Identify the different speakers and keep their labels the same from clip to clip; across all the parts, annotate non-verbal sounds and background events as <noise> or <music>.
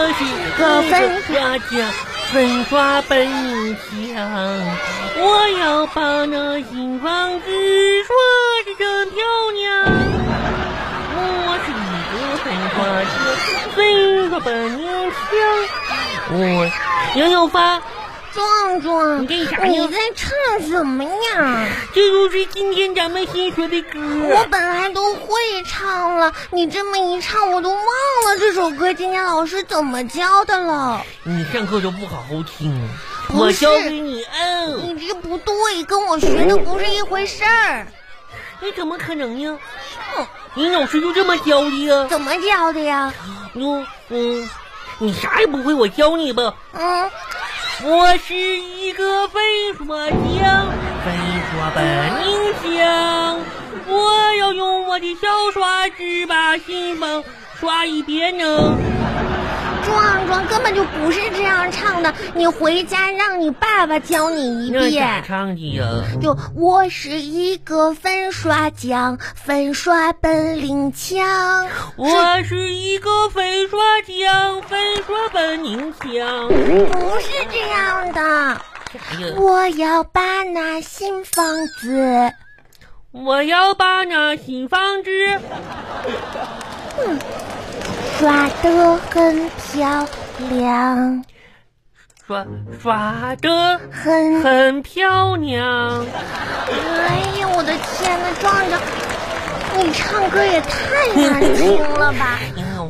Speaker 1: 我分
Speaker 2: 家家分花本香，我要把那新房子说的真漂亮。我是一个分花家，分花本香，我杨小发。
Speaker 1: 壮壮，
Speaker 2: 你干啥呀
Speaker 1: 你在唱什么呀？
Speaker 2: 这就是今天咱们新学的歌。
Speaker 1: 我本来都会唱了，你这么一唱，我都忘了这首歌今天老师怎么教的了。
Speaker 2: 你上课就不好好听，
Speaker 1: 不
Speaker 2: 我
Speaker 1: 是
Speaker 2: 教给你嗯，
Speaker 1: 你这不对，跟我学的不是一回事儿。
Speaker 2: 那怎么可能呢？
Speaker 1: 哼
Speaker 2: 你老师就这么教的呀？
Speaker 1: 怎么教的呀？
Speaker 2: 哟，嗯，你啥也不会，我教你吧。
Speaker 1: 嗯，
Speaker 2: 我是一个飞刷匠，飞刷本领强，我要用我的小刷子把新房刷一遍呢。
Speaker 1: 壮壮根本就不是这样唱的，你回家让你爸爸教你一
Speaker 2: 那咋
Speaker 1: 遍。
Speaker 2: 唱的呀？
Speaker 1: 就我是一个粉刷匠，粉刷本领强。
Speaker 2: 我是一个粉刷匠，粉刷本领强。
Speaker 1: 不是这样的，
Speaker 2: 哎呀，
Speaker 1: 我要把那新房子。
Speaker 2: 我要把那新房子
Speaker 1: 刷得很漂亮，
Speaker 2: 刷刷的
Speaker 1: 很……
Speaker 2: 很漂亮。
Speaker 1: 哎呀，我的天呐，壮壮，你唱歌也太难听了
Speaker 2: <laughs>
Speaker 1: 吧！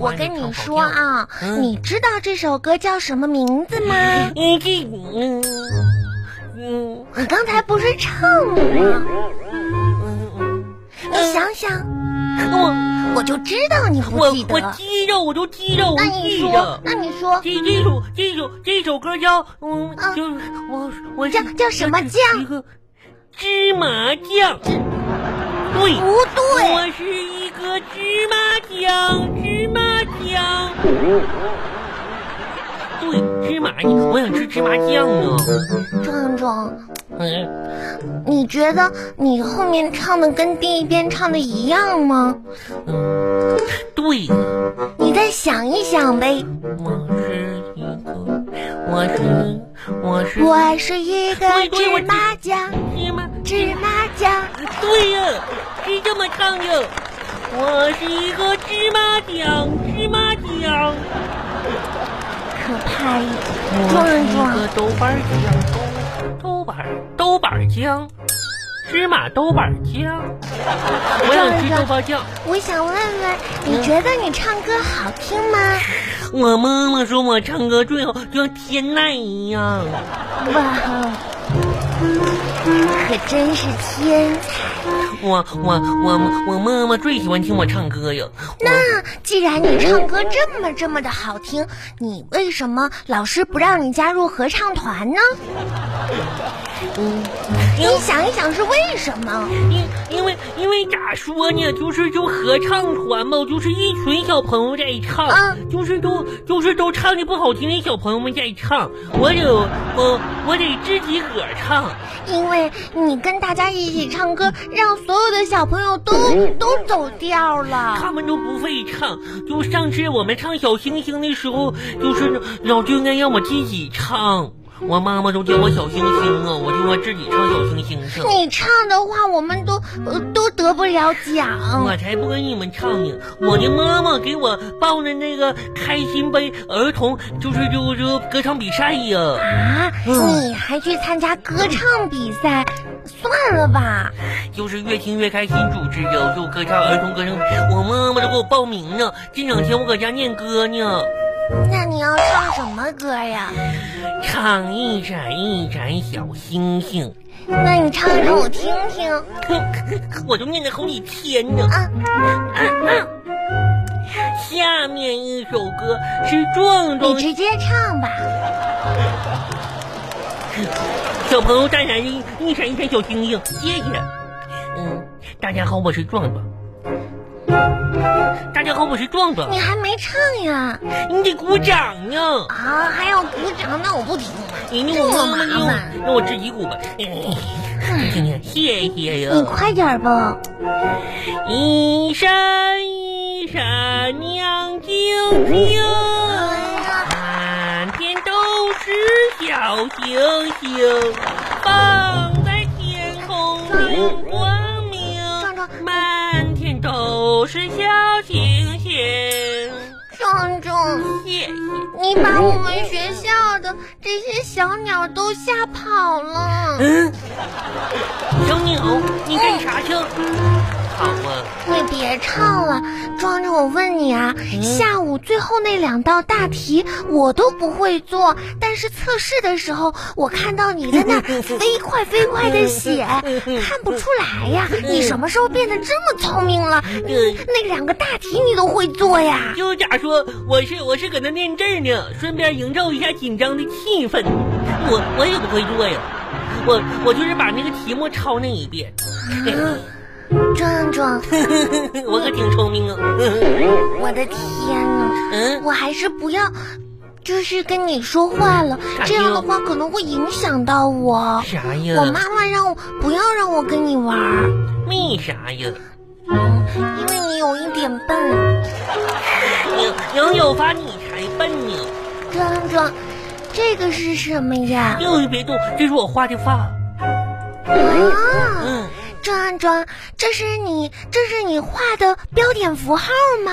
Speaker 1: 我跟你说啊，
Speaker 2: 嗯
Speaker 1: 你知道这首歌叫什么名字吗？
Speaker 2: 嗯，这嗯嗯
Speaker 1: 你刚才不是唱了吗？
Speaker 2: 嗯
Speaker 1: 你想想，
Speaker 2: 嗯，
Speaker 1: 我就知道你
Speaker 2: 我我
Speaker 1: 不记
Speaker 2: 我
Speaker 1: 得。
Speaker 2: 记着，我就记着，我
Speaker 1: 那你
Speaker 2: 记
Speaker 1: 说
Speaker 2: 着，。
Speaker 1: 那你说
Speaker 2: 这这首这首这首歌叫嗯，
Speaker 1: 啊
Speaker 2: 就是我我
Speaker 1: 叫叫什么酱
Speaker 2: 一个芝麻酱。对，
Speaker 1: 不对？
Speaker 2: 我是一个芝麻酱，芝麻酱。对，芝麻酱，我想吃芝麻酱呢。
Speaker 1: 壮壮，
Speaker 2: 嗯，
Speaker 1: 你觉得你后面唱的跟第一遍唱的一样吗？
Speaker 2: 嗯对，
Speaker 1: 你再想一想呗。
Speaker 2: 我是一个，我是我是
Speaker 1: 我是一个芝麻酱，
Speaker 2: 芝麻
Speaker 1: 芝麻酱，
Speaker 2: 对呀，是这么唱的。我是一个芝麻酱，芝麻酱。
Speaker 1: 可怕一点。
Speaker 2: 我是一个豆瓣儿酱，豆豆瓣儿豆瓣儿酱，芝麻豆瓣儿酱。我想吃豆瓣酱。
Speaker 1: 我想问问，你觉得你唱歌好听吗？
Speaker 2: 我妈妈说我唱歌最好就像天籁一样。
Speaker 1: 哇哦，可真是天才！
Speaker 2: 我我我我妈妈最喜欢听我唱歌呀。
Speaker 1: 那既然你唱歌这么这么的好听，你为什么老师不让你加入合唱团呢？你想一想是为什么？
Speaker 2: 因因为因为咋说呢，就是就合唱团嘛，就是一群小朋友在唱，
Speaker 1: 啊
Speaker 2: 就是都就是都唱的不好听的小朋友们在唱，我得我我得自己个儿唱。
Speaker 1: 因为你跟大家一起唱歌，让所有的小朋友都都走调了。
Speaker 2: 他们都不会唱，就上次我们唱《小星星》的时候，就是老就应该让我自己唱。我妈妈都叫我小星星啊，我就说自己唱小星星去。
Speaker 1: 你唱的话，我们都呃都得不了奖。
Speaker 2: 我才不跟你们唱呢！我的妈妈给我报的那个开心杯儿童，就是就是歌唱比赛呀。
Speaker 1: 啊！
Speaker 2: 嗯
Speaker 1: 你还去参加歌唱比赛？算了吧，
Speaker 2: 就是越听越开心主持的，就歌唱儿童歌唱，我妈妈都给我报名呢。这两天我搁家念歌呢，
Speaker 1: 那你要唱什么歌呀？
Speaker 2: 唱一闪一闪小星星， <laughs>
Speaker 1: 那你唱一唱我听听
Speaker 2: 我就念得好几天呢。
Speaker 1: 啊！
Speaker 2: 下面一首歌是壮
Speaker 1: 你
Speaker 2: 壮
Speaker 1: 直接唱吧。
Speaker 2: 小朋友大闪一一闪一闪小星星，谢谢。嗯，大家好，我是壮壮。大家好，我是壮壮，
Speaker 1: 你还没唱呀？
Speaker 2: 你得鼓掌呢。
Speaker 1: 啊，还要鼓掌？那我不听了。
Speaker 2: 你那我
Speaker 1: 这么
Speaker 2: 妈妈
Speaker 1: 麻烦
Speaker 2: 用让我自己鼓吧。哎听听，谢谢
Speaker 1: 你
Speaker 2: 呀。
Speaker 1: 快点儿吧。
Speaker 2: 一闪一闪亮晶晶，
Speaker 1: 哎呀
Speaker 2: 啊星星放在天空很光
Speaker 1: 壮
Speaker 2: 明，
Speaker 1: 壮
Speaker 2: 满天都是小星星。
Speaker 1: 壮壮，
Speaker 2: 谢谢。
Speaker 1: 你把我们学校的这些小鸟都吓跑了。
Speaker 2: 嗯，小鸟，你干啥去？好啊，
Speaker 1: 你别唱了，壮壮，我问你啊，下午最后那两道大题我都不会做，但是测试的时候我看到你在那飞快飞快的写，看不出来呀，你什么时候变得这么聪明了？
Speaker 2: 对。
Speaker 1: 那两个大题你都会做呀？
Speaker 2: 就假说我是我是搁那练字儿呢，顺便营造一下紧张的气氛。我我也不会做呀，我我就是把那个题目抄那一遍。
Speaker 1: 嗯壮壮，
Speaker 2: <laughs> 我可挺聪明啊。
Speaker 1: 我的天呐，
Speaker 2: 嗯，
Speaker 1: 我还是不要。就是跟你说话了，
Speaker 2: 哎呦
Speaker 1: 这样的话可能会影响到我。
Speaker 2: 啥
Speaker 1: 我
Speaker 2: 呀？
Speaker 1: 妈妈让我不要让我跟你玩儿。嗯
Speaker 2: 为啥呀？
Speaker 1: 因为你有一点笨，
Speaker 2: 杨杨小发你才笨呢！
Speaker 1: 壮壮，这个是什么呀？
Speaker 2: 又别动，这是我画的发。
Speaker 1: 啊，
Speaker 2: 嗯，
Speaker 1: 壮壮，这是你这是你画的标点符号吗？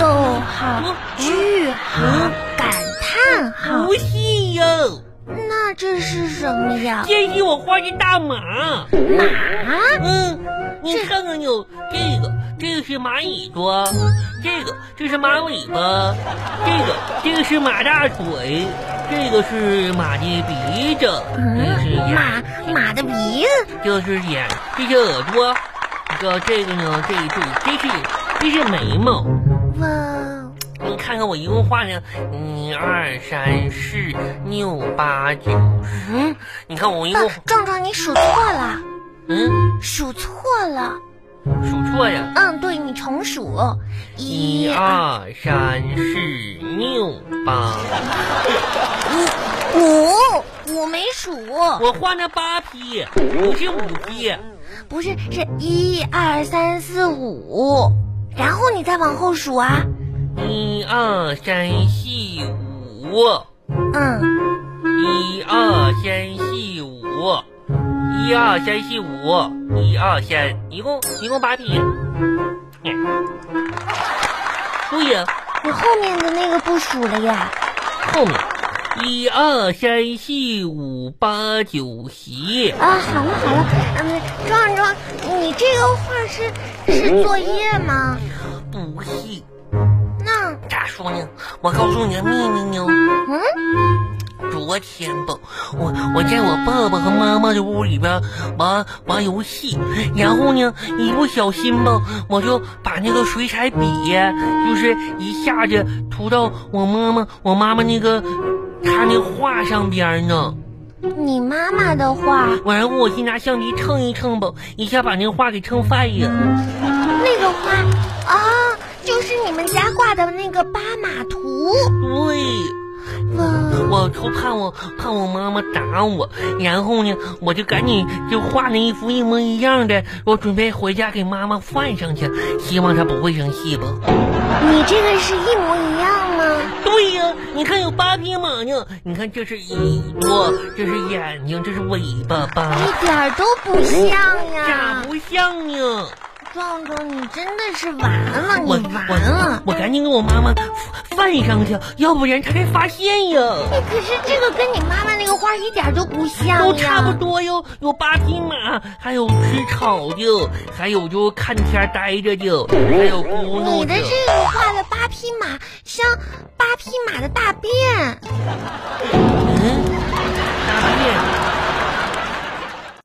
Speaker 1: 逗
Speaker 2: 嗯
Speaker 1: 号、句号、感叹号，
Speaker 2: 不是哟，
Speaker 1: 那这是什么呀？
Speaker 2: 这是我画的大马。
Speaker 1: 啊，
Speaker 2: 嗯，你看看有这个，这个是马尾巴，这个这是马尾巴，这个这个是马大腿，这个是马的鼻子，这个是
Speaker 1: 嗯，
Speaker 2: 眼，
Speaker 1: 马马的鼻子，
Speaker 2: 这是眼，这是耳朵，这个这个呢，这这这是这是眉毛。
Speaker 1: 哇哦，
Speaker 2: 你看看我一共画了，嗯，二三四六八九十，你看我一共
Speaker 1: 壮，嗯壮壮，你数错了，
Speaker 2: 嗯，
Speaker 1: 数错了。
Speaker 2: 数错呀。
Speaker 1: 嗯，对你重数，
Speaker 2: 一
Speaker 1: 一
Speaker 2: 二三四六八，
Speaker 1: 五五没数。
Speaker 2: 我画那八批，不是五批。
Speaker 1: 不是，是一二三四五，然后你再往后数啊。
Speaker 2: 一二三四五，
Speaker 1: 嗯，
Speaker 2: 一二三四五，一二三四五，一二三，一共一共八批。对呀，
Speaker 1: 你后面的那个不数了呀？
Speaker 2: 啊后面一二三四五八九十。
Speaker 1: 啊，好了好了，嗯，壮壮，你这个画是是作业吗？
Speaker 2: 不是，
Speaker 1: 那
Speaker 2: 咋说呢？我告诉你个秘密呢。
Speaker 1: 嗯，
Speaker 2: 昨天吧，我我在我爸爸和妈妈的屋里边玩玩游戏，然后呢，一不小心吧，我就把那个水彩笔呀，就是一下子涂到我妈妈我妈妈那个她那画上边呢。
Speaker 1: 你妈妈的画，
Speaker 2: 我然后我去拿橡皮蹭一蹭吧，一下把那个画给蹭翻呀。
Speaker 1: 那个画啊，就是你们家挂的那个八马图。嗯
Speaker 2: 对。
Speaker 1: 哇，
Speaker 2: 我就怕我怕我妈妈打我，然后呢，我就赶紧就画了一幅一模一样的，我准备回家给妈妈换上去，希望她不会生气吧。
Speaker 1: 你这个是一模一样吗？
Speaker 2: 对呀、你看有八匹马呢，你看这是耳朵，这是眼睛，这是尾巴吧，
Speaker 1: 一点儿都不像
Speaker 2: 咋
Speaker 1: 哎呀！
Speaker 2: 不像呢？
Speaker 1: 壮壮，你真的是完了，你啊
Speaker 2: 我
Speaker 1: 完了
Speaker 2: 我！我赶紧给我妈妈换上去，要不然她该发现呀。
Speaker 1: 哎，可是这个跟你妈妈那个画一点儿都不像
Speaker 2: 都
Speaker 1: 呀。
Speaker 2: 差不多哟，有八匹马，还有吃草的，还有就看天儿待着的，还有咕噜
Speaker 1: 你的这个画了八匹马，像八匹马的大便。
Speaker 2: 嗯，大便